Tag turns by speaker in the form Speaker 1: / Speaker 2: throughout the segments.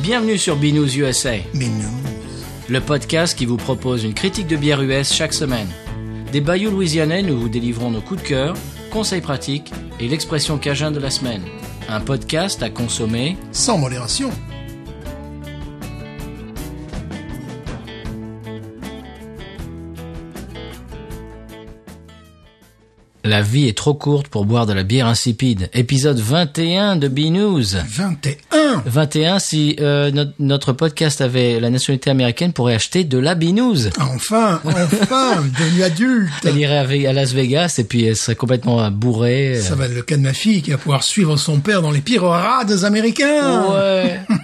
Speaker 1: Bienvenue sur Binous USA,
Speaker 2: Mais non.
Speaker 1: le podcast qui vous propose une critique de bière US chaque semaine. Des bayous louisianais, nous vous délivrons nos coups de cœur, conseils pratiques et l'expression cajun de la semaine. Un podcast à consommer.
Speaker 2: Sans modération.
Speaker 1: La vie est trop courte pour boire de la bière insipide. Épisode 21 de Binous.
Speaker 2: 21.
Speaker 1: 21, si euh, notre, notre podcast avait la nationalité américaine, pourrait acheter de la Binous.
Speaker 2: Enfin, enfin, devenu adulte.
Speaker 1: Elle irait avec- à Las Vegas et puis elle serait complètement euh, bourrée.
Speaker 2: Ça va être le cas de ma fille qui va pouvoir suivre son père dans les pires rades américains.
Speaker 1: Ouais.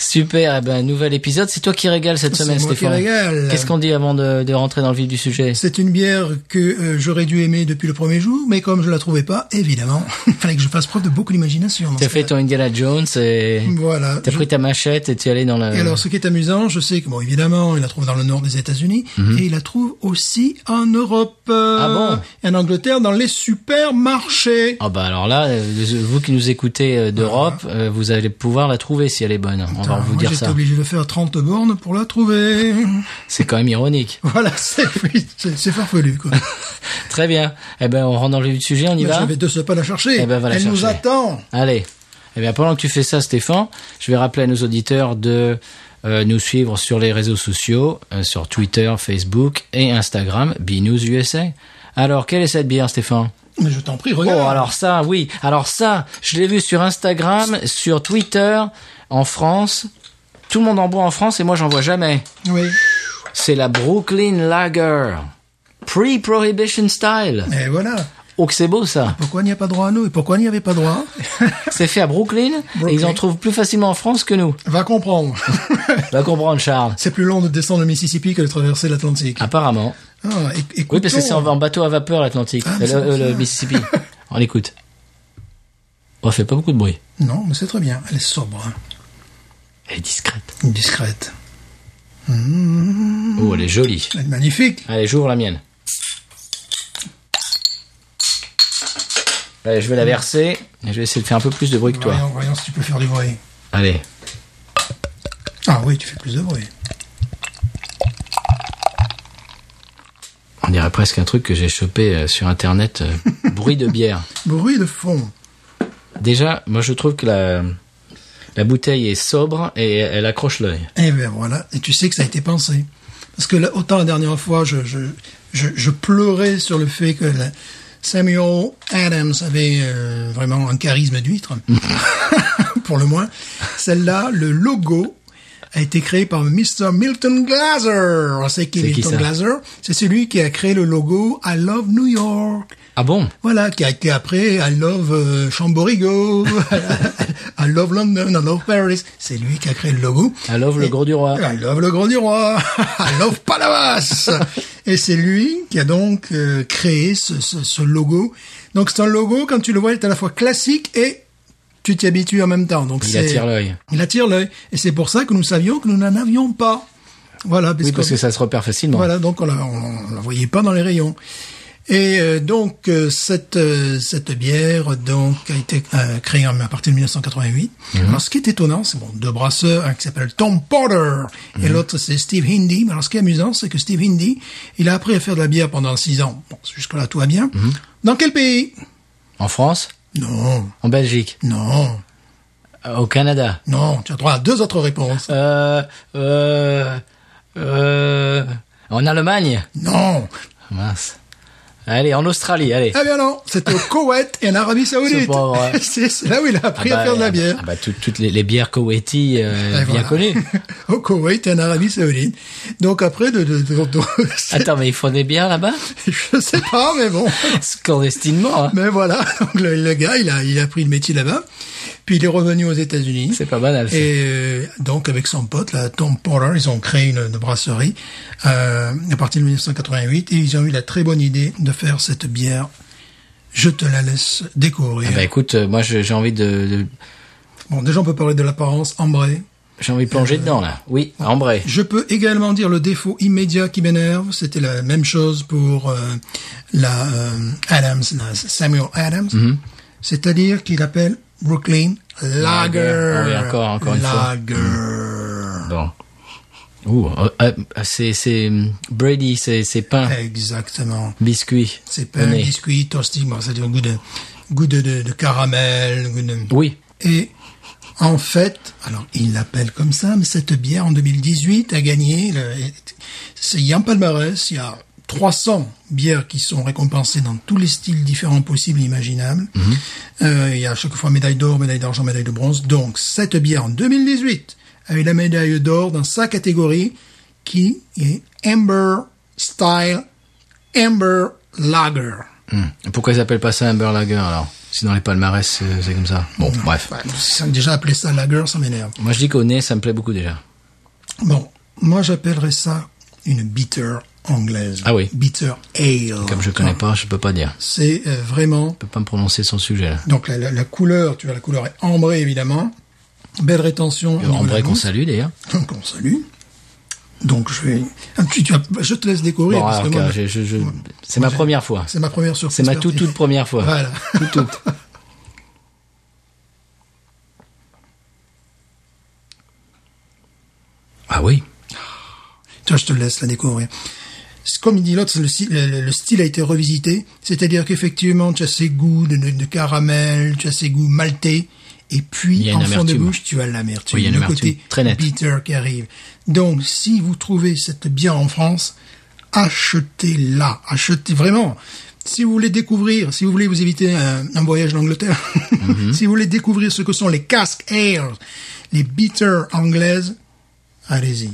Speaker 1: Super, eh ben, nouvel épisode. C'est toi qui régales cette
Speaker 2: C'est
Speaker 1: semaine,
Speaker 2: moi qui
Speaker 1: Stéphane.
Speaker 2: régale.
Speaker 1: Qu'est-ce qu'on dit avant de, de rentrer dans le vif du sujet
Speaker 2: C'est une bière que euh, j'aurais dû aimer depuis le premier jour, mais comme je la trouvais pas, évidemment, fallait que je fasse preuve de beaucoup d'imagination. dans
Speaker 1: T'as
Speaker 2: ce
Speaker 1: fait
Speaker 2: cas-là.
Speaker 1: ton Indiana Jones et
Speaker 2: Voilà.
Speaker 1: t'as
Speaker 2: Bah, Je-
Speaker 1: pris ta machette et tu es allé dans la.
Speaker 2: Et alors, ce qui est amusant, je sais que, bon, évidemment, il la trouve dans le nord des États-Unis, et il la trouve aussi en Europe. euh,
Speaker 1: Mhm. Ah bon
Speaker 2: Et en Angleterre, dans les supermarchés.
Speaker 1: Ah bah alors là, euh, vous qui nous écoutez euh, d'Europe, euh, vous allez pouvoir la trouver si elle est bonne. On va
Speaker 2: Putain,
Speaker 1: vous
Speaker 2: Ah, moi,
Speaker 1: dire
Speaker 2: j'étais
Speaker 1: ça.
Speaker 2: obligé de faire 30 bornes pour la trouver.
Speaker 1: C'est quand même ironique.
Speaker 2: Voilà, c'est oui, c'est- c'est farfelu. Quoi.
Speaker 1: Très bien. Eh ben on rentre dans le vif du sujet, on y
Speaker 2: Mais
Speaker 1: va.
Speaker 2: J'avais deux pas la chercher.
Speaker 1: Eh ben, va la
Speaker 2: Elle nous
Speaker 1: chercher.
Speaker 2: attend.
Speaker 1: Allez. Eh bien, pendant que tu fais ça, Stéphane, je vais rappeler à nos auditeurs de euh, nous suivre sur les réseaux sociaux, euh, sur Twitter, Facebook et Instagram, Binous USA. Alors, quelle est cette bière, Stéphane
Speaker 2: Mais je t'en prie,
Speaker 1: Oh,
Speaker 2: regarde.
Speaker 1: alors ça, oui. Alors ça, je l'ai vu sur Instagram, sur Twitter, en France. Tout le monde en boit en France et moi, j'en vois jamais.
Speaker 2: Oui.
Speaker 1: C'est la Brooklyn Lager. Pre-prohibition style.
Speaker 2: Et voilà.
Speaker 1: Oh, que c'est beau, ça.
Speaker 2: Pourquoi il n'y a pas droit à nous et pourquoi il n'y avait pas droit
Speaker 1: C'est fait à Brooklyn, et ils
Speaker 2: Brooklyn.
Speaker 1: en trouvent plus facilement en France que nous.
Speaker 2: Va comprendre.
Speaker 1: Va comprendre, Charles.
Speaker 2: c'est plus long de descendre le Mississippi que de traverser l'Atlantique.
Speaker 1: Apparemment.
Speaker 2: Ah, éc-
Speaker 1: Oui, parce que
Speaker 2: écoutons.
Speaker 1: c'est en, en bateau à vapeur l'Atlantique,
Speaker 2: Ah,
Speaker 1: Euh, le,
Speaker 2: mais c'est pour
Speaker 1: euh, le
Speaker 2: ça.
Speaker 1: Mississippi. On écoute. On fait pas beaucoup de bruit.
Speaker 2: Non, mais c'est très bien. Elle est sobre, hein.
Speaker 1: Elle est discrète.
Speaker 2: discrète. Mhm.
Speaker 1: Oh, elle est jolie.
Speaker 2: Elle est magnifique.
Speaker 1: Allez, j'ouvre la mienne. Allez, je vais la verser. Et je vais essayer de faire un peu plus de bruit que toi.
Speaker 2: Voyons, voyons si tu peux faire du bruit.
Speaker 1: Allez.
Speaker 2: Ah oui, tu fais plus de bruit.
Speaker 1: On dirait presque un truc que j'ai chopé euh, sur internet. euh, bruit de bière.
Speaker 2: Bruit de fond.
Speaker 1: Déjà, moi je trouve que la, la bouteille est sobre et elle accroche l'œil.
Speaker 2: Et ben voilà, et tu sais que ça a été pensé. Parce que là, autant la dernière fois, je, je, je, je pleurais sur le fait que la- Samuel Adams avait euh, vraiment un charisme d'huître, pour le moins. Celle-là, le logo a été créé par Mr. Milton Glaser. C'est qui
Speaker 1: C'est qui
Speaker 2: Milton
Speaker 1: ça
Speaker 2: Glaser C'est celui qui a créé le logo I Love New York.
Speaker 1: Ah bon
Speaker 2: Voilà, qui a été après I Love euh, Chamborigo, I Love London, I Love Paris. C'est lui qui a créé le logo.
Speaker 1: I love le
Speaker 2: Et-
Speaker 1: gros du roi.
Speaker 2: I Love Ah, le Grand du Roi. I Love Palavas. Et c'est lui qui a donc euh, créé ce, ce- ce logo. Donc c'est un logo, quand tu le vois, il est à la fois classique et tu t'y habitues en même temps. Donc
Speaker 1: Il
Speaker 2: c'est-
Speaker 1: attire l'œil.
Speaker 2: Il attire l'œil. Et c'est pour ça que nous savions que nous n'en avions pas. Voilà, parce
Speaker 1: Oui, parce
Speaker 2: que-
Speaker 1: que ça se repère facilement.
Speaker 2: voilà, donc on la, on la voyait pas dans les rayons. Et euh, donc euh, cette euh, cette bière donc a été euh, créée en- à partir de 1988.
Speaker 1: Mhm.
Speaker 2: Alors ce qui est étonnant, c'est bon deux brasseurs, un qui s'appelle Tom Porter
Speaker 1: Mhm.
Speaker 2: et l'autre c'est Steve Hindy. Mais alors ce qui est amusant, c'est que Steve Hindy, il a appris à faire de la bière pendant six ans. Bon, jusque là tout va bien.
Speaker 1: Mhm.
Speaker 2: Dans quel pays
Speaker 1: En France
Speaker 2: Non,
Speaker 1: En Belgique
Speaker 2: non,
Speaker 1: Euh, Au Canada
Speaker 2: non. Tu as droit à deux autres réponses.
Speaker 1: euh, euh, euh, En Allemagne
Speaker 2: Non.
Speaker 1: Mince. Allez, en Australie, allez.
Speaker 2: Ah bien non, c'était au Koweït et en Arabie Saoudite.
Speaker 1: pas vrai.
Speaker 2: C'est- c'est là où il a appris à
Speaker 1: bah,
Speaker 2: faire de la
Speaker 1: ah,
Speaker 2: bière.
Speaker 1: bah, tout- toutes les, les bières Koweïti euh, bien
Speaker 2: Et voilà.
Speaker 1: connues.
Speaker 2: Au Koweït et en Arabie Saoudite. Donc après, de, de, de- de- c'est-
Speaker 1: Attends, mais ils font des bières là-bas
Speaker 2: je sais pas, mais bon.
Speaker 1: Clandestinement, hein.
Speaker 2: Mais voilà, donc le, le gars, il a, il a pris le métier là-bas. Puis il est revenu aux États-Unis.
Speaker 1: C'est pas banal, ça.
Speaker 2: Et euh, donc avec son pote, là, Tom Porter, ils ont créé une, une brasserie euh, à partir de 1988 et ils ont eu la très bonne idée de faire cette bière. Je te la laisse découvrir.
Speaker 1: Bah écoute, euh, moi je- j'ai envie de, de-
Speaker 2: Bon, déjà on peut parler de l'apparence ambrée.
Speaker 1: j'ai envie de plonger dedans là. Oui, en vrai.
Speaker 2: Je peux également dire le défaut immédiat qui m'énerve. C'était la
Speaker 1: Mm-hmm.
Speaker 2: même chose pour euh, la euh, Adams, la Samuel Adams. c'est-à-dire qu'il appelle Brooklyn Lager.
Speaker 1: Lager. Ah Oui, encore- encore une fois. Mm.
Speaker 2: Lager.
Speaker 1: Bon. Ouh, euh, euh, c'est c'est hum, Brady, c'est c'est pain,
Speaker 2: Exactement.
Speaker 1: biscuit.
Speaker 2: Eh. C'est pain,
Speaker 1: Nez.
Speaker 2: biscuit, toasting, bon, c'est un goût de, goût de, de, de caramel, goût de-
Speaker 1: Oui.
Speaker 2: Et en fait, alors il l'appelle comme ça, mais cette bière en 2018 a gagné. Le, c'est- il y a un palmarès, il y a 300 bières qui sont récompensées dans tous les styles différents possibles et imaginables. Euh, il y a à chaque fois médaille d'or, médaille d'argent, médaille de bronze. Donc cette bière en 2018 a eu la médaille d'or dans sa catégorie qui est Amber Style Amber Lager.
Speaker 1: Hmm. Pourquoi ils appellent pas ça un burlager alors Si dans les palmarès c'est c'est comme ça. Bon, bref.
Speaker 2: Ouais, ça, déjà appeler ça Lager, ça m'énerve.
Speaker 1: Moi je dis qu'au nez ça me plaît beaucoup déjà.
Speaker 2: Bon, moi j'appellerais ça une bitter anglaise.
Speaker 1: Ah oui.
Speaker 2: Bitter ale.
Speaker 1: Comme je connais pas, je peux pas dire.
Speaker 2: C'est euh, vraiment...
Speaker 1: Je peux pas me prononcer sur le sujet là.
Speaker 2: Donc la, la- la couleur, tu vois, la couleur est ambrée évidemment. Belle rétention. au niveau
Speaker 1: En
Speaker 2: de la
Speaker 1: vrai qu'on
Speaker 2: mousse.
Speaker 1: salue d'ailleurs.
Speaker 2: Qu'on salue. Donc je vais... Ah, tu- tu vas- je te laisse découvrir.
Speaker 1: Bon,
Speaker 2: parce
Speaker 1: alors,
Speaker 2: que moi,
Speaker 1: ok, je- je- je- c'est ma
Speaker 2: j'ai-
Speaker 1: première fois.
Speaker 2: C'est ma première surprise.
Speaker 1: C'est ma toute
Speaker 2: personnelle.
Speaker 1: toute première fois.
Speaker 2: Voilà.
Speaker 1: Toute toute. Ah oui.
Speaker 2: Tiens, je te laisse la découvrir. C'est Comme il dit l'autre, le, style- le- le style a été revisité. C'est-à-dire qu'effectivement, tu as ces goûts de, de- de caramel, tu as ces goûts maltais. Et
Speaker 1: Il y
Speaker 2: puis,
Speaker 1: a
Speaker 2: en
Speaker 1: une
Speaker 2: fond de
Speaker 1: amertume.
Speaker 2: bouche, tu as l'amertume.
Speaker 1: Oui, il y a une
Speaker 2: le
Speaker 1: amertume
Speaker 2: côté
Speaker 1: très nette.
Speaker 2: bitter qui arrive. Donc, si vous trouvez cette bière en France, achetez-la. Achetez vraiment. Si vous voulez découvrir, si vous voulez vous éviter un, un voyage en Angleterre,
Speaker 1: Mhm.
Speaker 2: si vous voulez découvrir ce que sont les casques airs, les bitter anglaises, allez-y.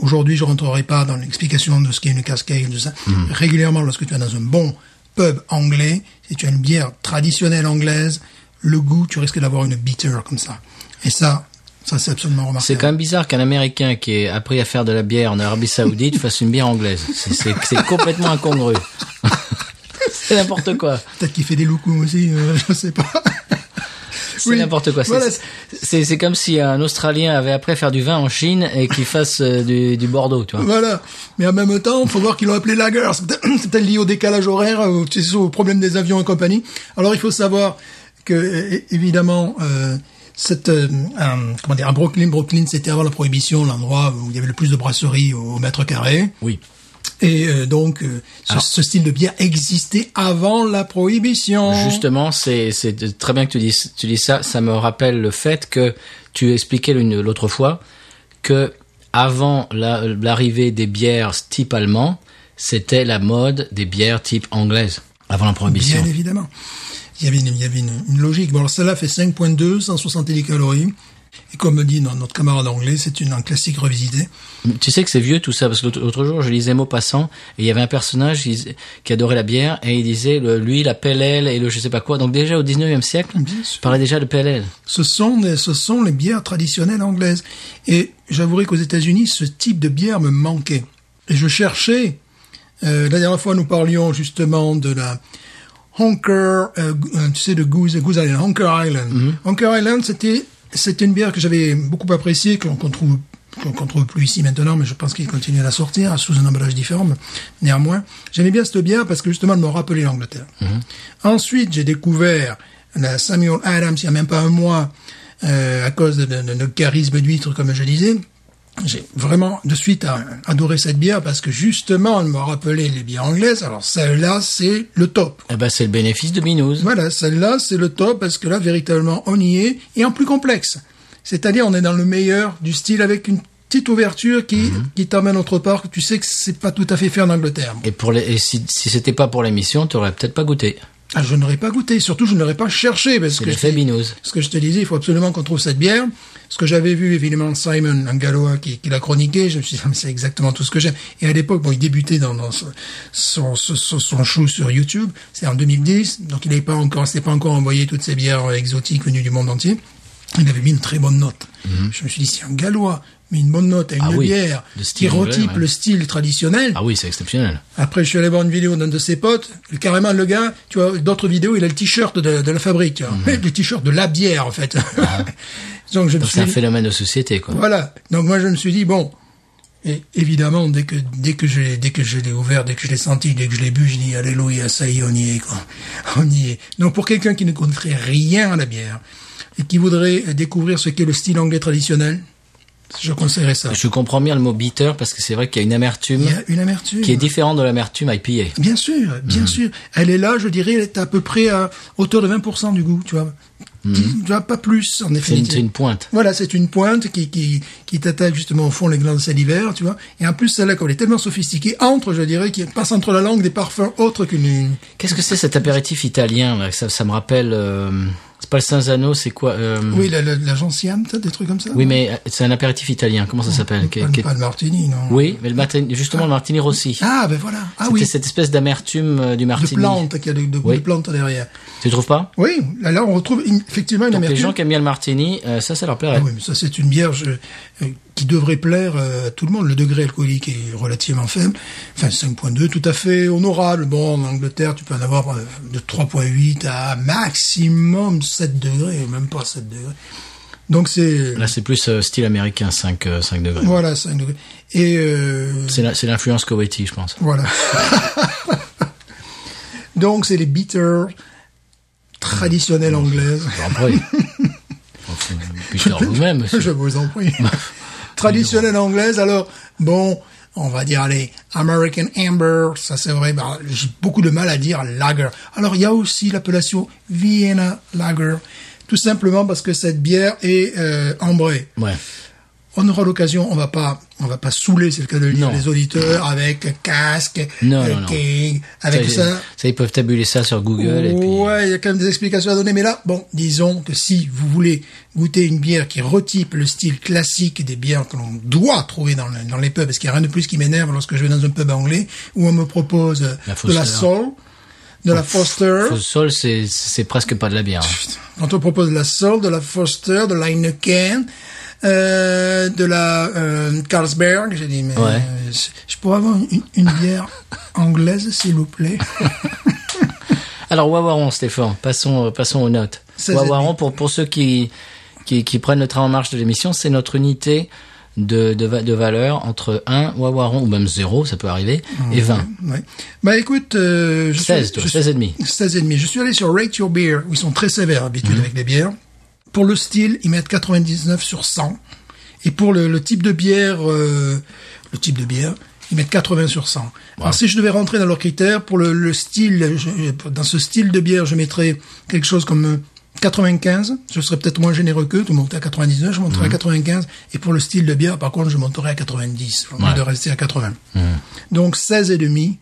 Speaker 2: Aujourd'hui, je rentrerai pas dans l'explication de ce qu'est une cascade, tout ça.
Speaker 1: Hmm.
Speaker 2: Régulièrement, lorsque tu es dans un bon pub anglais, si tu as une bière traditionnelle anglaise, le goût, tu risques d'avoir une bitter comme ça. Et ça, ça c'est absolument
Speaker 1: C'est
Speaker 2: remarquable.
Speaker 1: quand même bizarre qu'un Américain qui ait appris à faire de la bière en Arabie Saoudite fasse une bière anglaise. C'est- C'est c'est complètement incongru. c'est n'importe quoi.
Speaker 2: Peut-être qu'il fait des loucous aussi, euh, je sais pas.
Speaker 1: C'est
Speaker 2: Oui,
Speaker 1: n'importe quoi. C'est-
Speaker 2: voilà.
Speaker 1: C'est c'est comme si un Australien avait appris à faire du vin en Chine et qu'il fasse euh, du, du Bordeaux, tu vois.
Speaker 2: Voilà. Mais en même temps, faut voir qu'ils l'ont appelé Lager. C'est peut-être c'est peut-être lié au décalage horaire, au, tu sais, au problème des avions et compagnie. Alors, il faut savoir que, euh, é- évidemment, euh, cette, euh, un- comment dire, à Brooklyn, Brooklyn, c'était avant la prohibition, l'endroit où il y avait le plus de brasseries au, au mètre carré.
Speaker 1: Oui.
Speaker 2: Et euh, donc, euh, ce, ce style de bière existait avant la prohibition.
Speaker 1: Justement, c'est c'est très bien que tu dises, tu dis ça. Ça me rappelle le fait que tu expliquais l'une- l'autre fois que avant la- l'arrivée des bières type allemand, c'était la mode des bières type anglaise avant la prohibition.
Speaker 2: Bien évidemment. Il y avait une, il y avait une, une logique. Bon, alors celle-là fait 5.2, 170 calories. Et comme me dit no- notre camarade anglais, c'est une un classique revisité.
Speaker 1: Tu sais que c'est vieux tout ça parce que l'autre- l'autre jour je lisais Maupassant et il y avait un personnage il- qui adorait la bière et il disait le, lui la PLL et le je sais pas quoi. Donc déjà au 19e siècle,
Speaker 2: Bien sûr.
Speaker 1: je parlais déjà de PLL.
Speaker 2: Ce sont, des- ce sont les bières traditionnelles anglaises. Et j'avouerai qu'aux États-Unis, ce type de bière me manquait. Et je cherchais. euh, la dernière fois, nous parlions justement de la Honker, euh, Go- euh, tu sais, de Goose, Goose Island, Honker Island. Honker Island, c'était, c'était une bière que j'avais beaucoup appréciée, qu'on qu'on trouve qu'on qu'on trouve plus ici maintenant, mais je pense qu'il continue à la sortir sous un emballage différent. mais Néanmoins, j'aimais bien cette bière parce que justement, elle me rappelait l'Angleterre. Ensuite, j'ai découvert la Samuel Adams il n'y a même pas un mois euh, à cause de, de, de notre charisme d'huître, comme je disais. J'ai vraiment de suite a- adoré cette bière parce que justement, elle me rappelait les bières anglaises. Alors celle-là, c'est le top.
Speaker 1: Eh ben c'est le bénéfice de Binouze.
Speaker 2: Voilà, celle-là, c'est le top parce que là, véritablement, on y est et en plus complexe. C'est-à-dire, on est dans le meilleur du style avec une petite ouverture qui,
Speaker 1: Mhm.
Speaker 2: qui t'emmène autre part que tu sais que c'est pas tout à fait fait en Angleterre.
Speaker 1: Et pour les et si, si c'était pas pour l'émission, tu aurais peut-être pas goûté.
Speaker 2: Ah, je n'aurais pas goûté, surtout je n'aurais pas cherché parce
Speaker 1: C'est
Speaker 2: que
Speaker 1: l'effet Binouze.
Speaker 2: ce que je te disais, il faut absolument qu'on trouve cette bière. Ce que j'avais vu, évidemment, Simon, un gallois qui, qui l'a chroniqué, je me suis dit, Ah, mais c'est exactement tout ce que j'aime. Et à l'époque, bon, il débutait dans, dans son, son, son- son show sur YouTube, c'est en 2010, donc il n'avait pas encore, s'était pas encore envoyé toutes ces bières euh, exotiques venues du monde entier. Il avait mis une très bonne note. Je me suis dit, si un gallois met une bonne note à une
Speaker 1: Mhm. Ah oui,
Speaker 2: bière
Speaker 1: de
Speaker 2: qui
Speaker 1: style anglais,
Speaker 2: retype
Speaker 1: ouais.
Speaker 2: le style traditionnel,
Speaker 1: Ah oui, c'est exceptionnel.
Speaker 2: après, je suis allé voir une vidéo d'un de ses potes. et Carrément, le gars, tu vois, d'autres vidéos, il a le t-shirt de, de la fabrique, tu vois. Le t-shirt de la bière, en fait. Donc, je
Speaker 1: Mhm. Ah. Donc
Speaker 2: me
Speaker 1: c'est
Speaker 2: suis
Speaker 1: un
Speaker 2: dit,
Speaker 1: phénomène de société quoi.
Speaker 2: voilà. Donc, moi, je me suis dit, bon, Et évidemment, dès que, dès que je l'ai, dès que je l'ai ouvert, dès que je l'ai senti, dès que je l'ai bu, je dis, alléluia, ça y est, on y est, quoi. On y est. Donc, pour quelqu'un qui ne connaîtrait rien à la bière, et qui voudrait découvrir ce qu'est le style anglais traditionnel, je conseillerais ça.
Speaker 1: Je comprends bien le mot bitter parce que c'est vrai qu'il y a une amertume
Speaker 2: Il y a une amertume.
Speaker 1: qui est différente de l'amertume IPA.
Speaker 2: Bien sûr,
Speaker 1: Hmm.
Speaker 2: bien sûr. Elle est là, je dirais, elle est à peu près à hauteur de 20% du goût, tu vois. Tu vois, pas plus, en
Speaker 1: Hmm. C'est une, c'est
Speaker 2: définitive.
Speaker 1: une pointe.
Speaker 2: Voilà, c'est une pointe qui, qui, qui t'attaque justement au fond les glandes salivaires, tu vois. Et en plus, celle-là, comme elle est tellement sophistiquée, entre, je dirais, qui passe entre la langue des parfums autres qu'une...
Speaker 1: Qu'est-ce que c'est cet apéritif italien là ça, ça me rappelle. euh, c'est pas le Sanzano, c'est quoi euh,
Speaker 2: Oui, la, la, la gentiane, peut-être, des trucs comme ça.
Speaker 1: oui, mais euh, c'est un apéritif italien. Comment ça s'appelle Qu'est-
Speaker 2: Pas,
Speaker 1: qu'est-
Speaker 2: pas le martini, non.
Speaker 1: Oui, mais le martini, justement le martini rossi.
Speaker 2: Ah, ben voilà. Ah
Speaker 1: C'était
Speaker 2: oui,
Speaker 1: cette espèce d'amertume euh, du
Speaker 2: de
Speaker 1: martini.
Speaker 2: plantes, qu'il y a de, de,
Speaker 1: Oui.
Speaker 2: de plantes derrière.
Speaker 1: Tu trouves pas
Speaker 2: Oui, là, là, on retrouve une- effectivement une
Speaker 1: Donc les
Speaker 2: amertume.
Speaker 1: gens qui aiment bien le martini, euh, ça, ça leur plairait.
Speaker 2: Ah oui, mais ça, c'est une bière je- euh, qui devrait plaire euh, à tout le monde. Le degré alcoolique est relativement faible. Enfin, 5.2, tout à fait honorable. Bon, en Angleterre, tu peux en avoir euh, de 3.8 à maximum 7 degrés, même pas 7 degrés. Donc, c'est...
Speaker 1: Là, c'est plus euh, style américain, 5, euh, 5 degrés.
Speaker 2: Voilà, 5 degrés. Et... euh,
Speaker 1: C'est la- c'est l'influence Cowetti, je pense.
Speaker 2: Voilà. Donc, c'est les bitters traditionnelles anglaises.
Speaker 1: Je vous en prie. Enfin, Peter, vous-même. monsieur.
Speaker 2: Je vous en prie. Traditionnelle anglaise, alors, bon, on va dire, allez, American Amber, ça c'est vrai, bah, j'ai beaucoup de mal à dire lager. Alors, il y a aussi l'appellation Vienna Lager, tout simplement parce que cette bière est euh, ambrée.
Speaker 1: Ouais.
Speaker 2: On aura l'occasion, on va pas, on va pas saouler, c'est le cas de le dire,
Speaker 1: Non.
Speaker 2: les auditeurs avec casque,
Speaker 1: Non,
Speaker 2: euh,
Speaker 1: non, non.
Speaker 2: King, avec
Speaker 1: Ça,
Speaker 2: ça.
Speaker 1: ça, ils peuvent tabuler ça sur Google. Et puis,
Speaker 2: Ouais, il y a quand même des explications à donner, mais là, bon, disons que si vous voulez goûter une bière qui retype le style classique des bières que l'on doit trouver dans, le- dans les pubs, parce qu'il n'y a rien de plus qui m'énerve lorsque je vais dans un pub anglais où on me propose euh,
Speaker 1: La
Speaker 2: de la
Speaker 1: Foster.
Speaker 2: soul, de la Foster,
Speaker 1: Faux sol, c'est- c'est presque pas de la bière. hein.
Speaker 2: quand on propose de la soul, de la Foster, de la Heineken, euh, de la euh, Carlsberg, j'ai dit, mais
Speaker 1: Ouais.
Speaker 2: euh, je pourrais avoir une, une bière anglaise, s'il vous plaît.
Speaker 1: Alors, Wawaron, Stéphane, passons, euh, passons aux notes.
Speaker 2: Ça,
Speaker 1: Wawaron,
Speaker 2: c'est-
Speaker 1: pour, pour ceux qui, qui, qui prennent le train en marche de l'émission, c'est notre unité de, de, va- de valeur entre 1, Wawaron, ou même 0, ça peut arriver, et 20.
Speaker 2: Ouais. Bah écoute, euh, je suis-
Speaker 1: 16, toi,
Speaker 2: je suis-
Speaker 1: 16 et demi.
Speaker 2: 16 et demi. Je suis allé sur Rate Your Beer, où ils sont très sévères habitués avec les bières. Pour le style, ils mettent 99 sur 100. Et pour le, le type de bière, euh, le type de bière, ils mettent 80 sur 100. Alors si je devais rentrer dans leurs critères, pour le, le style, je- dans ce style de bière, je mettrais quelque chose comme euh, 95. Je serais peut-être moins généreux qu'eux. Tout monter à 99, je monterais à 95. Et pour le style de bière, par contre, je monterais à 90. Au lieu
Speaker 1: Ouais.
Speaker 2: de rester à 80. Donc 16 et demi.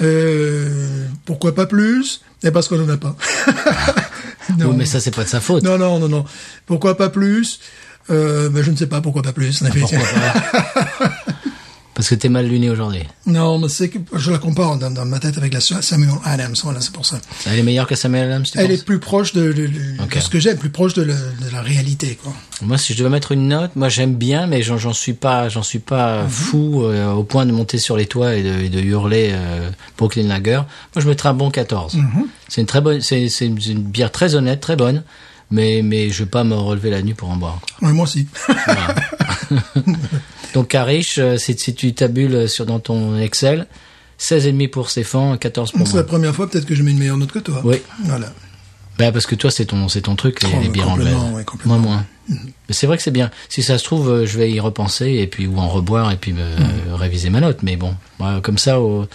Speaker 2: Euh, pourquoi pas plus Eh, parce qu'on n'en a pas. non.
Speaker 1: Oui, mais ça, c'est pas de sa faute.
Speaker 2: non, non, non, non. Pourquoi pas plus euh, ben, Je ne sais pas pourquoi pas plus. en effet.
Speaker 1: Ah, Pourquoi pas Parce que t'es mal luné aujourd'hui.
Speaker 2: non, mais c'est que je la compare dans, dans ma tête avec la Samuel Adams. Voilà, c'est pour ça.
Speaker 1: Elle est meilleure que Samuel Adams, tu
Speaker 2: Elle
Speaker 1: penses
Speaker 2: est plus proche de, de- de-
Speaker 1: Ok.
Speaker 2: de ce que j'aime, plus proche de, la- de la réalité. Quoi.
Speaker 1: Moi, si je devais mettre une note, moi j'aime bien, mais j'en j'en suis pas, j'en suis
Speaker 2: Mhm.
Speaker 1: pas fou euh, au point de monter sur les toits et de, et de hurler euh, Brooklyn Lager. Moi, je mettrais un bon 14.
Speaker 2: Mhm.
Speaker 1: C'est une très bonne, c'est c'est une, c'est une bière très honnête, très bonne, mais mais je vais pas me relever la nuit pour en boire. quoi.
Speaker 2: Ouais, moi aussi.
Speaker 1: Voilà. Donc, Cariche, euh, si, si tu tabules euh, sur dans ton Excel, 16,5 pour Stéphane, 14 pour
Speaker 2: c'est
Speaker 1: moi.
Speaker 2: la première fois peut-être que je mets une meilleure note que toi.
Speaker 1: Oui.
Speaker 2: Voilà.
Speaker 1: Bah parce que toi c'est ton c'est ton truc les,
Speaker 2: Oh,
Speaker 1: les bières anglaises.
Speaker 2: complètement, ouais, complètement.
Speaker 1: Moi moins.
Speaker 2: Mm-hmm.
Speaker 1: Mais c'est vrai que c'est bien. Si ça se trouve euh, je vais y repenser et puis ou en reboire et puis me
Speaker 2: Mm-hmm.
Speaker 1: euh, réviser ma note. Mais bon, moi, comme ça au,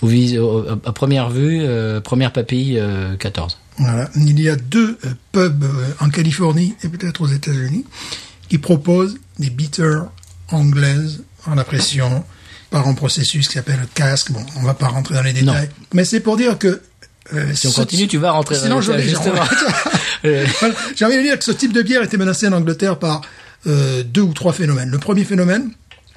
Speaker 1: au vis- au- à première vue euh, première papille euh, 14.
Speaker 2: Voilà. Il y a deux euh, pubs euh, en Californie et peut-être aux États-Unis qui proposent des bitters anglaises en la pression par un processus qui s'appelle casque. Bon, on va pas rentrer dans les détails, mais c'est pour dire que euh,
Speaker 1: Si on
Speaker 2: ce-
Speaker 1: continue tu vas rentrer
Speaker 2: Sinon,
Speaker 1: dans
Speaker 2: je
Speaker 1: le
Speaker 2: vais-
Speaker 1: justement. Euh,
Speaker 2: Voilà. J'ai envie de dire que ce type de bière était menacé en Angleterre par euh, deux ou trois phénomènes. Le premier phénomène,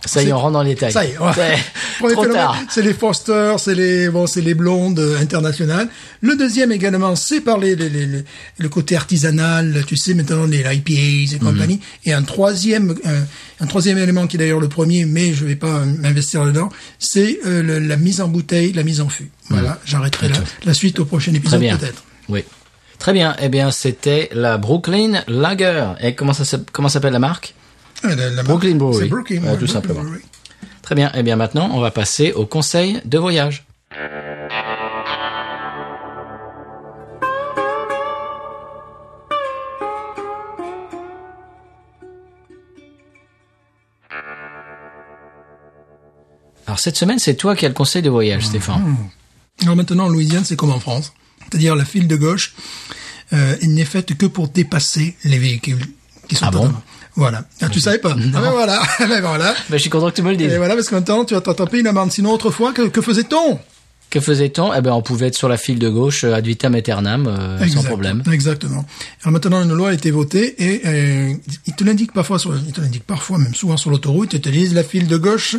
Speaker 1: ça y est on rentre dans les détails.
Speaker 2: ça y est, ouais. Premier
Speaker 1: Trop
Speaker 2: phénomène,
Speaker 1: tard.
Speaker 2: C'est les Foster, c'est les bon, c'est les blondes euh, internationales. Le deuxième également, c'est par les, les- les- les- le côté artisanal, tu sais maintenant les
Speaker 1: Mhm.
Speaker 2: IPAs et compagnie. Et un troisième euh, un troisième élément qui est d'ailleurs le premier, mais je vais pas euh, m'investir dedans, c'est euh, le- la mise en bouteille, la mise en fût. Voilà, j'arrêterai là.
Speaker 1: Ok.
Speaker 2: La suite au prochain
Speaker 1: Mhm. Très
Speaker 2: épisode
Speaker 1: bien.
Speaker 2: peut-être.
Speaker 1: Oui. Très bien. Eh bien c'était la Brooklyn Lager. Et comment ça s'app- comment s'appelle la marque
Speaker 2: Ah, la- la marque,
Speaker 1: Brooklyn Brewery.
Speaker 2: C'est Brooklyn,
Speaker 1: Ouais,
Speaker 2: ouais,
Speaker 1: tout
Speaker 2: Brooklyn
Speaker 1: simplement.
Speaker 2: Brewery.
Speaker 1: Très bien. Eh bien, maintenant, on va passer au conseil de voyage. Alors, cette semaine, c'est toi qui as le conseil de
Speaker 2: Mhm.
Speaker 1: voyage, Stéphane.
Speaker 2: Alors maintenant, en Louisiane, c'est comme en France. C'est-à-dire la file de gauche, euh, elle n'est faite que pour dépasser les véhicules qui sont
Speaker 1: Ah
Speaker 2: en
Speaker 1: bon
Speaker 2: avant. Voilà. Ah, tu savais pas Ah ben voilà, Ah ben voilà.
Speaker 1: Ben, je suis content que tu me le dises.
Speaker 2: Et voilà, parce qu'en même temps, tu vas t'attraper une amende. Sinon, autrefois, que, que faisait-on
Speaker 1: Que faisait-on Eh ben, on pouvait être sur la file de gauche euh, ad vitam aeternam, euh, sans
Speaker 2: Exact-
Speaker 1: problème.
Speaker 2: Exactement. Alors maintenant, une loi a été votée et euh, il te l'indique parfois, sur, il te l'indique parfois, même souvent sur l'autoroute, il te dit la file de gauche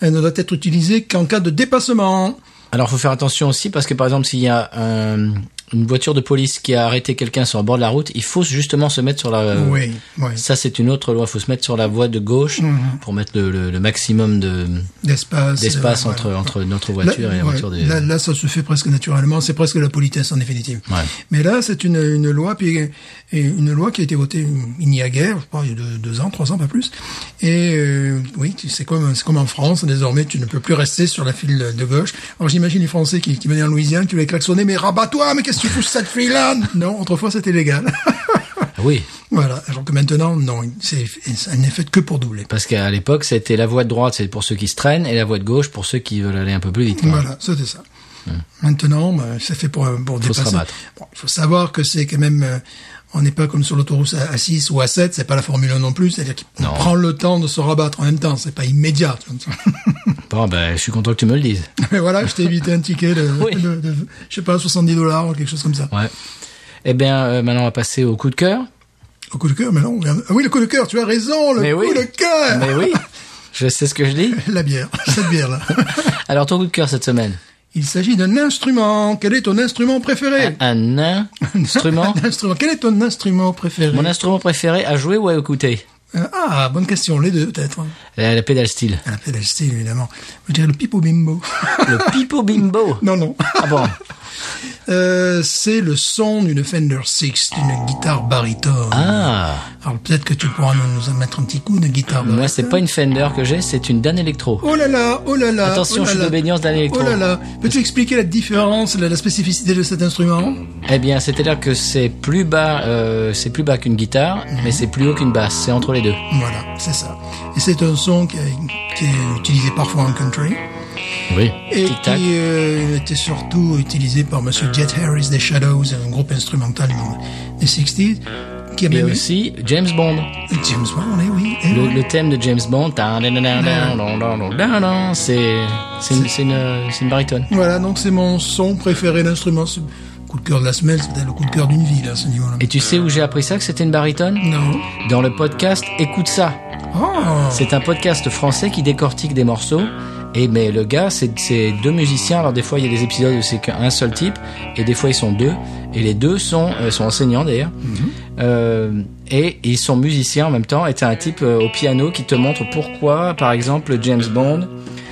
Speaker 2: elle ne doit être utilisée qu'en cas de dépassement.
Speaker 1: Alors, faut faire attention aussi parce que par exemple, s'il y a un- une voiture de police qui a arrêté quelqu'un sur le bord de la route, il faut justement se mettre sur la.
Speaker 2: oui, oui.
Speaker 1: Ça, c'est une autre loi. Il faut se mettre sur la voie de gauche pour mettre le, le- le maximum de
Speaker 2: D'espace.
Speaker 1: d'espace
Speaker 2: euh,
Speaker 1: entre
Speaker 2: voilà.
Speaker 1: entre notre voiture
Speaker 2: là,
Speaker 1: et la
Speaker 2: ouais,
Speaker 1: voiture des.
Speaker 2: là, là, ça se fait presque naturellement. C'est presque la politesse en définitive.
Speaker 1: Ouais.
Speaker 2: Mais là, c'est une, une loi, puis et une loi qui a été votée il n'y a guère, je crois, il y a deux, deux ans, trois ans, pas plus. Et euh, oui, tu- c'est comme c'est comme en France. Désormais, tu ne peux plus rester sur la file de gauche. Alors j'imagine les Français qui, qui venaient en Louisiane, qui voulaient klaxonner, mais rabat-toi, mais qu'est-ce que tu fous sur cette file-là Non, autrefois c'était légal.
Speaker 1: Ah oui,
Speaker 2: voilà. Alors que maintenant, non, c'est ça n'est fait que pour doubler.
Speaker 1: parce qu'à l'époque, c'était la voie de droite, c'est pour ceux qui se traînent, et la voie de gauche pour ceux qui veulent aller un peu plus vite. quoi.
Speaker 2: Voilà, c'était ça. Maintenant, bah, c'est fait pour, pour
Speaker 1: Faut se
Speaker 2: dépasser.
Speaker 1: rabattre.
Speaker 2: Bon, il faut savoir que c'est quand même, euh, on n'est pas comme sur l'autoroute à, à 6 ou à 7, c'est pas la Formule 1 non plus, c'est-à-dire qu'on
Speaker 1: Non.
Speaker 2: prend le temps de se rabattre en même temps, c'est pas immédiat.
Speaker 1: Bon, ben, je suis content que tu me le dises.
Speaker 2: Mais voilà, je t'ai évité un ticket de,
Speaker 1: Oui.
Speaker 2: de- de- je sais pas, 70 dollars ou quelque chose comme ça.
Speaker 1: Ouais. Eh bien, euh, maintenant, on va passer au coup de cœur.
Speaker 2: Au coup de cœur, mais non, regarde. Ah oui, le coup de cœur, tu as raison, le
Speaker 1: Mais
Speaker 2: coup
Speaker 1: oui.
Speaker 2: de cœur!
Speaker 1: Mais oui, je sais ce que je dis.
Speaker 2: La bière, cette bière-là.
Speaker 1: Alors, ton coup de cœur cette semaine
Speaker 2: Il s'agit d'un instrument. Quel est ton instrument préféré?
Speaker 1: Un instrument
Speaker 2: Un instrument. Quel est ton instrument préféré?
Speaker 1: Mon instrument préféré à jouer ou à écouter
Speaker 2: Euh, Ah, bonne question, les deux peut-être.
Speaker 1: La, la pédale style.
Speaker 2: Un appel style, évidemment. Je dirais le pipo bimbo.
Speaker 1: Le pipo bimbo
Speaker 2: non, non.
Speaker 1: Ah bon
Speaker 2: Euh, c'est le son d'une Fender Six, d'une guitare baryton.
Speaker 1: Ah
Speaker 2: Alors peut-être que tu pourras nous, nous en mettre un petit coup de guitare baryton.
Speaker 1: Moi, c'est pas une Fender que j'ai, c'est une Dan Electro.
Speaker 2: Oh là là, oh là là.
Speaker 1: Attention,
Speaker 2: oh là
Speaker 1: je suis
Speaker 2: là.
Speaker 1: d'obédience d'un électro.
Speaker 2: Oh là là. Peux-tu expliquer la différence, la, la spécificité de cet instrument
Speaker 1: Eh bien, c'est-à-dire que c'est plus bas, euh, c'est plus bas qu'une guitare, mais c'est plus haut qu'une basse. C'est entre les deux.
Speaker 2: Voilà, c'est ça. Et c'est un son qui, est- qui est utilisé parfois en country.
Speaker 1: Oui.
Speaker 2: Et
Speaker 1: Tic tac.
Speaker 2: qui euh, était surtout utilisé par Monsieur Jet Harris des Shadows, un groupe instrumental des 60s, qui a
Speaker 1: Mais
Speaker 2: même eu-
Speaker 1: aussi James Bond.
Speaker 2: James Bond, eh oui. eh
Speaker 1: Le,
Speaker 2: oui.
Speaker 1: le thème de James Bond, ta- da- da- da- da- da- da- da- da- c'est c'est une, c'est une, c'est une baryton.
Speaker 2: Voilà, donc c'est mon son préféré d'instrument. C'est le Coup de cœur de la semaine, c'est peut-être le coup de cœur d'une vie, là, à ce niveau-là.
Speaker 1: Et tu sais où j'ai appris ça que c'était une baryton
Speaker 2: Non.
Speaker 1: Dans le podcast Écoute ça.
Speaker 2: Oh,
Speaker 1: C'est un podcast français qui décortique des morceaux. Et mais le gars, c'est c'est deux musiciens. Alors des fois, il y a des épisodes où c'est qu'un seul type, et des fois ils sont deux. Et les deux sont euh, sont enseignants d'ailleurs. Euh, et ils sont musiciens en même temps. Et t'as un type euh, au piano qui te montre pourquoi, par exemple, James Bond.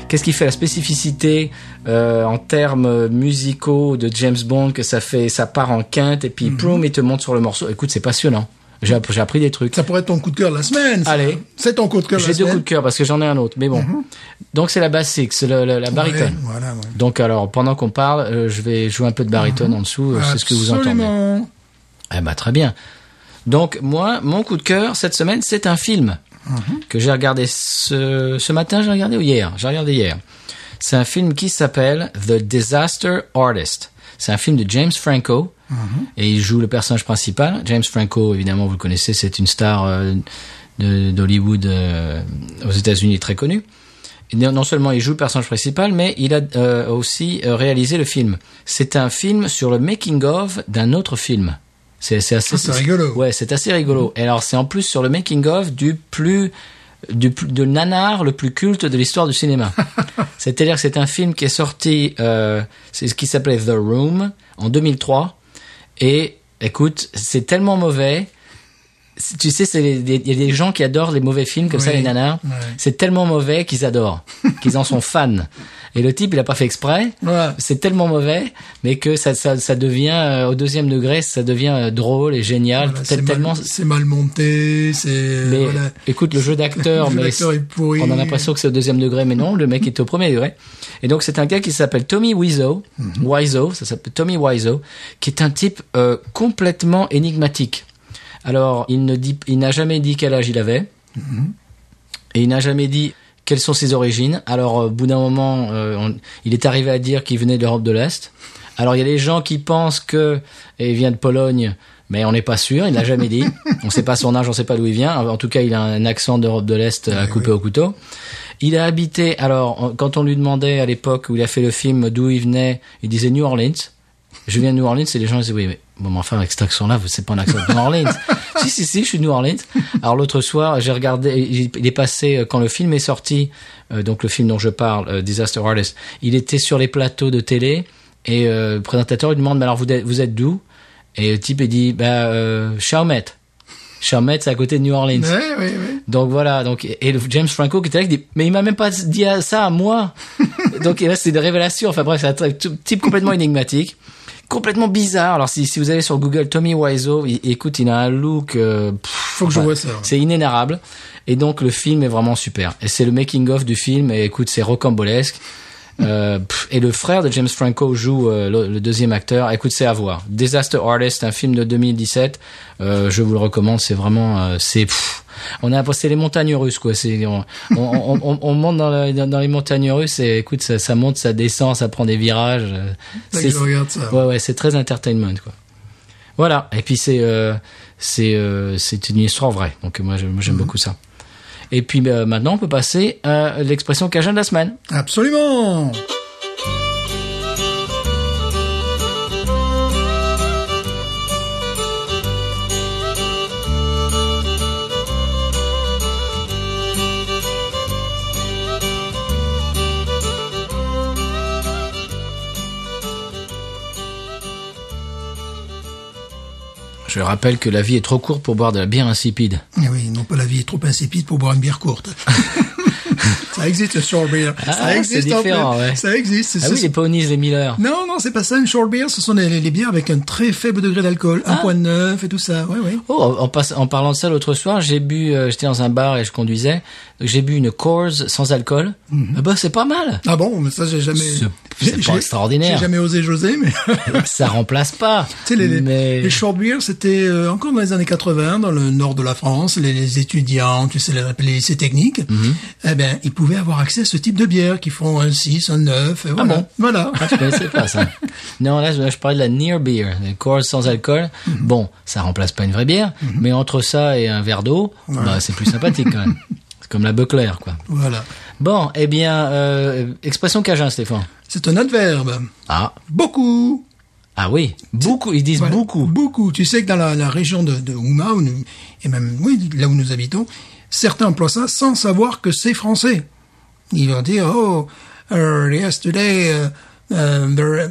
Speaker 1: Qu'est-ce qui fait la spécificité euh, en termes musicaux de James Bond que ça fait ça part en quinte et puis ploum, il te monte sur le morceau. Écoute, c'est passionnant. J'ai app- j'ai appris des trucs.
Speaker 2: ça pourrait être ton coup de cœur de la semaine. ça.
Speaker 1: Allez.
Speaker 2: C'est ton coup de cœur de
Speaker 1: J'ai
Speaker 2: la
Speaker 1: deux
Speaker 2: semaine.
Speaker 1: coups de cœur parce que j'en ai un autre, mais bon. Donc c'est la basse six, le- le- la baryton.
Speaker 2: Mm-hmm. Ouais, voilà, ouais.
Speaker 1: Donc alors pendant qu'on parle, euh, je vais jouer un peu de baryton en dessous, euh, c'est ce que vous entendez.
Speaker 2: Mm-hmm. Absolument.
Speaker 1: Eh ben très bien. Donc moi, mon coup de cœur cette semaine, c'est un film que j'ai regardé ce, ce matin, j'ai regardé ou hier, j'ai regardé hier. C'est un film qui s'appelle The Disaster Artist. C'est un film de James Franco et il joue le personnage principal. James Franco, évidemment, vous le connaissez, c'est une star euh, de- d'Hollywood euh, aux États-Unis très connue. Et non non seulement il joue le personnage principal, mais il a euh, aussi euh, réalisé le film. C'est un film sur le making of d'un autre film. C'est c'est assez
Speaker 2: Ah, c'est rigolo.
Speaker 1: Ouais, c'est assez rigolo. Et alors c'est en plus sur le making of du plus du plus- de nanar le plus culte de l'histoire du cinéma. C'est-à-dire que c'est un film qui est sorti, euh, c'est ce qui s'appelait The Room en 2003. Et écoute, c'est tellement mauvais c'est- tu sais, c'est les- les- il y a des gens qui adorent les mauvais films comme ça,
Speaker 2: Oui.
Speaker 1: les nanas.
Speaker 2: Ouais.
Speaker 1: C'est tellement mauvais qu'ils adorent, qu'ils en sont fans. Et le type, il a pas fait exprès.
Speaker 2: Voilà.
Speaker 1: C'est tellement mauvais, mais que ça, ça, ça devient euh, au deuxième degré, ça devient euh, drôle et génial.
Speaker 2: Voilà,
Speaker 1: tel-
Speaker 2: c'est
Speaker 1: tellement.
Speaker 2: mal, c'est mal monté, c'est euh,
Speaker 1: mais
Speaker 2: voilà.
Speaker 1: écoute, le jeu d'acteur,
Speaker 2: Le
Speaker 1: mais
Speaker 2: acteur est pourri.
Speaker 1: on a l'impression que c'est au deuxième degré, mais non, le mec est au premier degré. Et donc c'est un gars qui s'appelle Tommy Wiseau,
Speaker 2: Mhm.
Speaker 1: Wiseau, ça s'appelle Tommy Wiseau, qui est un type euh, complètement énigmatique. Alors il ne dit, il n'a jamais dit quel âge il avait, et il n'a jamais dit quelles sont ses origines. Alors euh, au bout d'un moment, euh, on- il est arrivé à dire qu'il venait de l'Europe de l'Est. Alors il y a des gens qui pensent que et il vient de Pologne. Mais on n'est pas sûr, il l'a jamais dit. On ne sait pas son âge, on ne sait pas d'où il vient. En tout cas, il a un accent d'Europe de l'Est à
Speaker 2: Oui,
Speaker 1: couper au couteau. Il a habité, alors, en- quand on lui demandait à l'époque où il a fait le film d'où il venait, il disait New Orleans. Je viens de New Orleans et les gens disaient oui, mais, bon, mais enfin, avec cet accent-là, vous- c'est pas un accent de New Orleans. si, si, si, je suis de New Orleans. Alors, l'autre soir, j'ai regardé, il il est passé, euh, quand le film est sorti, euh, donc le film dont je parle, euh, Disaster Artist, il était sur les plateaux de télé et euh, le présentateur lui demande, mais alors, vous êtes, vous êtes d'où? Et le type, il dit, bah, euh, Chalmette. Chalmette, c'est à côté de New Orleans.
Speaker 2: Ouais, ouais, ouais.
Speaker 1: Donc voilà, donc et et le James Franco qui était là, qui dit mais il m'a même pas dit à- ça à moi. donc et là c'est des révélations. Enfin bref, c'est un truc- tout- type complètement énigmatique, complètement bizarre. Alors si, si vous allez sur Google Tommy Wiseau, il- écoute, il a un look, euh, pff,
Speaker 2: Faut que je
Speaker 1: enfin,
Speaker 2: vois ça.
Speaker 1: c'est inénarrable. Et donc le film est vraiment super. Et c'est le making of du film. Et écoute, c'est rocambolesque. Euh, pff, et le frère de James Franco joue euh, le, le deuxième acteur. Écoute, c'est à voir. Disaster Artist, un film de 2017. Euh, je vous le recommande. C'est vraiment, euh, c'est, pff, on a, c'est les montagnes russes quoi. C'est, on, on, on, on- on monte dans, la- dans- dans les montagnes russes et écoute, ça, ça monte, ça descend, ça prend des virages. Euh,
Speaker 2: Faut que Bah, je regarde ça.
Speaker 1: Ouais, ouais, c'est très entertainment, quoi. Voilà. Et puis c'est euh, c'est euh, c'est une histoire vraie. Donc moi j'aime moi,
Speaker 2: Mhm.
Speaker 1: j'aime beaucoup ça. Et puis bah, maintenant on peut passer à l'expression cajun de la semaine.
Speaker 2: Absolument.
Speaker 1: Je rappelle que la vie est trop courte pour boire de la bière insipide. Ah
Speaker 2: Eh oui, non pas la vie est trop insipide pour boire une bière courte. ça existe le short beer.
Speaker 1: Ah,
Speaker 2: ça existe
Speaker 1: c'est
Speaker 2: en
Speaker 1: différent,
Speaker 2: fait.
Speaker 1: ouais.
Speaker 2: Ça existe. c'est-
Speaker 1: Ah oui,
Speaker 2: c'est-
Speaker 1: les ponies, les Miller.
Speaker 2: Non, non, c'est pas ça. Une short beer, ce sont les, les- les bières avec un très faible degré d'alcool,
Speaker 1: Ah.
Speaker 2: 1.9 et tout ça. Ouais, ouais.
Speaker 1: Oh, en, en passe- en parlant de ça, l'autre soir, j'ai bu, euh, j'étais dans un bar et je conduisais, donc j'ai bu une Coors sans alcool.
Speaker 2: Mhm.
Speaker 1: Ah bah c'est pas mal.
Speaker 2: Ah bon, mais ça j'ai jamais.
Speaker 1: C'est-
Speaker 2: j'ai-
Speaker 1: c'est pas
Speaker 2: j'ai-
Speaker 1: extraordinaire.
Speaker 2: J'ai jamais osé José, mais
Speaker 1: ça remplace pas.
Speaker 2: Tu sais, les, les-
Speaker 1: mais...
Speaker 2: les short beers, c'était euh, encore dans les années 80, dans le nord de la France, les, les étudiants, tu sais, les, les lycées techniques,
Speaker 1: Mhm.
Speaker 2: eh ben, ils pouvaient avoir accès à ce type de bière qui font un 6, un 9, et voilà.
Speaker 1: bon
Speaker 2: voilà.
Speaker 1: Ah, tu connaissais pas ça. Non, là, je, je parlais de la near beer, la Coors sans alcool. Bon, ça remplace pas une vraie bière, mais entre ça et un verre d'eau, bah, c'est plus sympathique quand même. C'est comme la Buckler, quoi.
Speaker 2: voilà.
Speaker 1: Bon, eh bien, euh, expression cajun, Stéphane.
Speaker 2: C'est un adverbe.
Speaker 1: Ah,
Speaker 2: Beaucoup.
Speaker 1: ah oui, beaucoup, ils disent
Speaker 2: Voilà.
Speaker 1: beaucoup.
Speaker 2: Beaucoup. Tu sais que dans la, la région de, de Houma, où nous- et même oui, là où nous habitons, certains emploient ça sans savoir que c'est français. Ils vont dire, oh, uh, yesterday, uh, uh, there,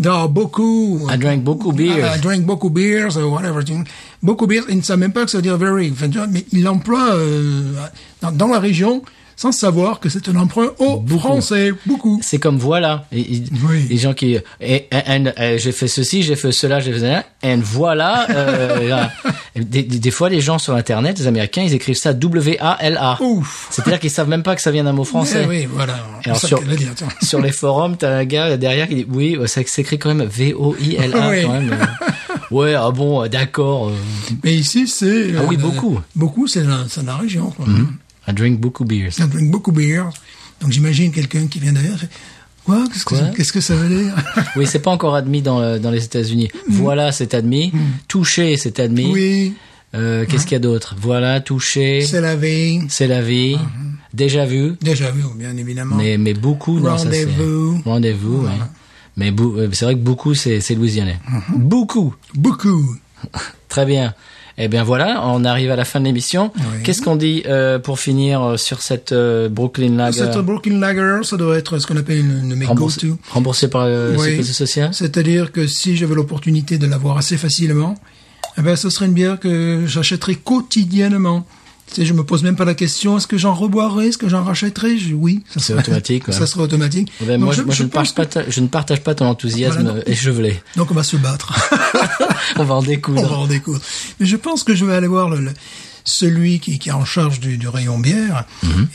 Speaker 2: there are beaucoup. Ah,
Speaker 1: I drank beaucoup beer.
Speaker 2: I drank beaucoup beers, or whatever. tu- Beaucoup beers. Ils ne savent même pas que ça veut dire very. Enfin, tu vois, mais ils l'emploient euh, dans, dans la région sans savoir que c'est un emprunt au français. Beaucoup.
Speaker 1: C'est comme voilà. Et- et-
Speaker 2: Oui.
Speaker 1: Les gens qui. et- and- and, euh, j'ai fait ceci, j'ai fait cela, j'ai fait cela. And voilà. euh, voilà. des, des- des fois, les gens sur Internet, les Américains, ils écrivent ça W-A-L-A.
Speaker 2: Ouf.
Speaker 1: C'est-à-dire qu'ils savent même pas que ça vient d'un mot français.
Speaker 2: Eh oui, voilà.
Speaker 1: Et alors,
Speaker 2: Ça,
Speaker 1: sur,
Speaker 2: Canadien, tiens.
Speaker 1: sur les forums, t'as un gars derrière qui dit oui, euh, ça s'écrit quand même V-O-I-L-A
Speaker 2: Oui.
Speaker 1: quand même. euh. Ouais, ah bon, euh, d'accord. euh,
Speaker 2: Mais ici, c'est...
Speaker 1: Ah oui,
Speaker 2: euh,
Speaker 1: beaucoup. Mhm.
Speaker 2: Beaucoup, c'est la, c'est la région. Quoi.
Speaker 1: I drink beaucoup beers.
Speaker 2: Ça drink beaucoup beer. Donc j'imagine quelqu'un qui vient derrière. fait, Quoi Qu'est-ce que,
Speaker 1: Quoi
Speaker 2: ça- qu'est-ce que ça veut dire
Speaker 1: Oui, c'est pas encore admis dans, euh, dans les États-Unis. Voilà, c'est admis. Toucher, c'est admis.
Speaker 2: Mm. Oui, Hein.
Speaker 1: Euh, Qu'est-ce qu'il y a d'autre Voilà, toucher,
Speaker 2: c'est la veille.
Speaker 1: c'est la vie.
Speaker 2: Mhm.
Speaker 1: Déjà vu,
Speaker 2: Déjà vu, bien évidemment.
Speaker 1: mais, mais beaucoup, non, ça c'est.
Speaker 2: Rendez-vous.
Speaker 1: Rendez-vous, ouais. Mais bou- euh, c'est vrai que beaucoup, c'est c'est louisianais.
Speaker 2: Mhm.
Speaker 1: Beaucoup.
Speaker 2: Beaucoup.
Speaker 1: Très bien. Eh bien voilà, on arrive à la fin de l'émission.
Speaker 2: Oui.
Speaker 1: Qu'est-ce qu'on dit euh, pour finir euh, sur cette euh, Brooklyn Lager
Speaker 2: Cette Brooklyn Lager, ça doit être ce qu'on appelle une de mes
Speaker 1: remboursée,
Speaker 2: go-to.
Speaker 1: remboursée par euh, la
Speaker 2: Oui.
Speaker 1: sécurité sociale
Speaker 2: C'est-à-dire que si j'avais l'opportunité de l'avoir assez facilement, Eh ben, ce serait une bière que j'achèterais quotidiennement. Tu sais, je me pose même pas la question, est-ce que j'en reboirai, est-ce que j'en rachèterai Je- Oui, ça
Speaker 1: C'est
Speaker 2: serait-
Speaker 1: automatique, ouais.
Speaker 2: Ça serait automatique.
Speaker 1: Eh ben,
Speaker 2: Donc,
Speaker 1: moi, je, moi, je ne
Speaker 2: pense
Speaker 1: partage pas ta- je ne partage pas ton enthousiasme
Speaker 2: Voilà, non.
Speaker 1: échevelé.
Speaker 2: que- Donc on va se battre.
Speaker 1: On va en
Speaker 2: on
Speaker 1: découdre.
Speaker 2: va en découdre. Mais je pense que je vais aller voir le, le- celui qui, qui est en charge du, du rayon bière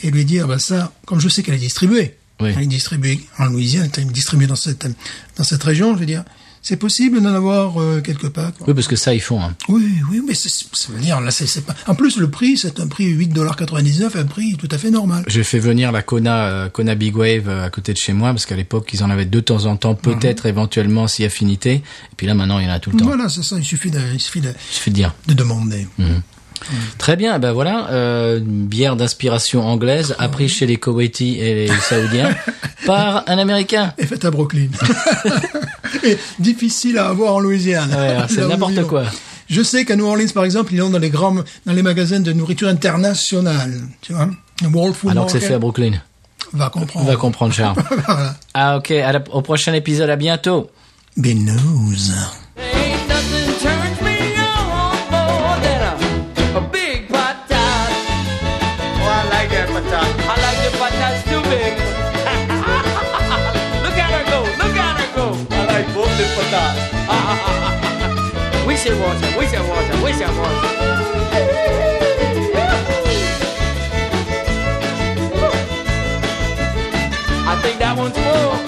Speaker 2: et lui dire, bah ça, comme je sais qu'elle est distribuée,
Speaker 1: Mhm. Oui.
Speaker 2: elle est distribuée en Louisiane, elle est distribuée dans cette, dans cette région, je vais dire, c'est possible d'en avoir euh, quelques packs.
Speaker 1: Oui, parce que ça, ils font. hein.
Speaker 2: Oui, oui, mais c'est- ça veut dire, là, c'est c'est pas... En plus, le prix, c'est un prix 8,99$, un prix tout à fait normal.
Speaker 1: J'ai fait venir la Kona, euh, Kona Big Wave euh, à côté de chez moi, parce qu'à l'époque, ils en avaient de temps en temps, peut-être éventuellement, si affinité. Et puis là, maintenant, il y en a tout le temps.
Speaker 2: Voilà, c'est ça, il suffit de, il suffit de,
Speaker 1: Je fais dire.
Speaker 2: de demander.
Speaker 1: Hmm. Très bien, ben voilà, euh, une bière d'inspiration anglaise, apprise chez les Koweïtis et les Saoudiens, par un Américain.
Speaker 2: Et faites à Brooklyn. et difficile à avoir en Louisiane.
Speaker 1: Ouais, alors, c'est
Speaker 2: Là où nous
Speaker 1: n'importe
Speaker 2: vivons.
Speaker 1: quoi.
Speaker 2: Je sais qu'à New Orleans, par exemple, ils ont dans les grands, dans les magasins de nourriture internationale, tu vois. Le World Food
Speaker 1: Alors que c'est
Speaker 2: Market
Speaker 1: fait à Brooklyn.
Speaker 2: va
Speaker 1: On
Speaker 2: comprendre.
Speaker 1: va comprendre, Charles.
Speaker 2: Voilà.
Speaker 1: Ah ok, à la- au prochain épisode, à bientôt.
Speaker 2: Big news.
Speaker 3: Ain't nothing turns me on more than a, a big pot tart. Oh, I like that patat. I like the patats too big. look at her go, look at her go. I like both the patats. we should watch her, we should watch her, we should watch her. I think that one's full.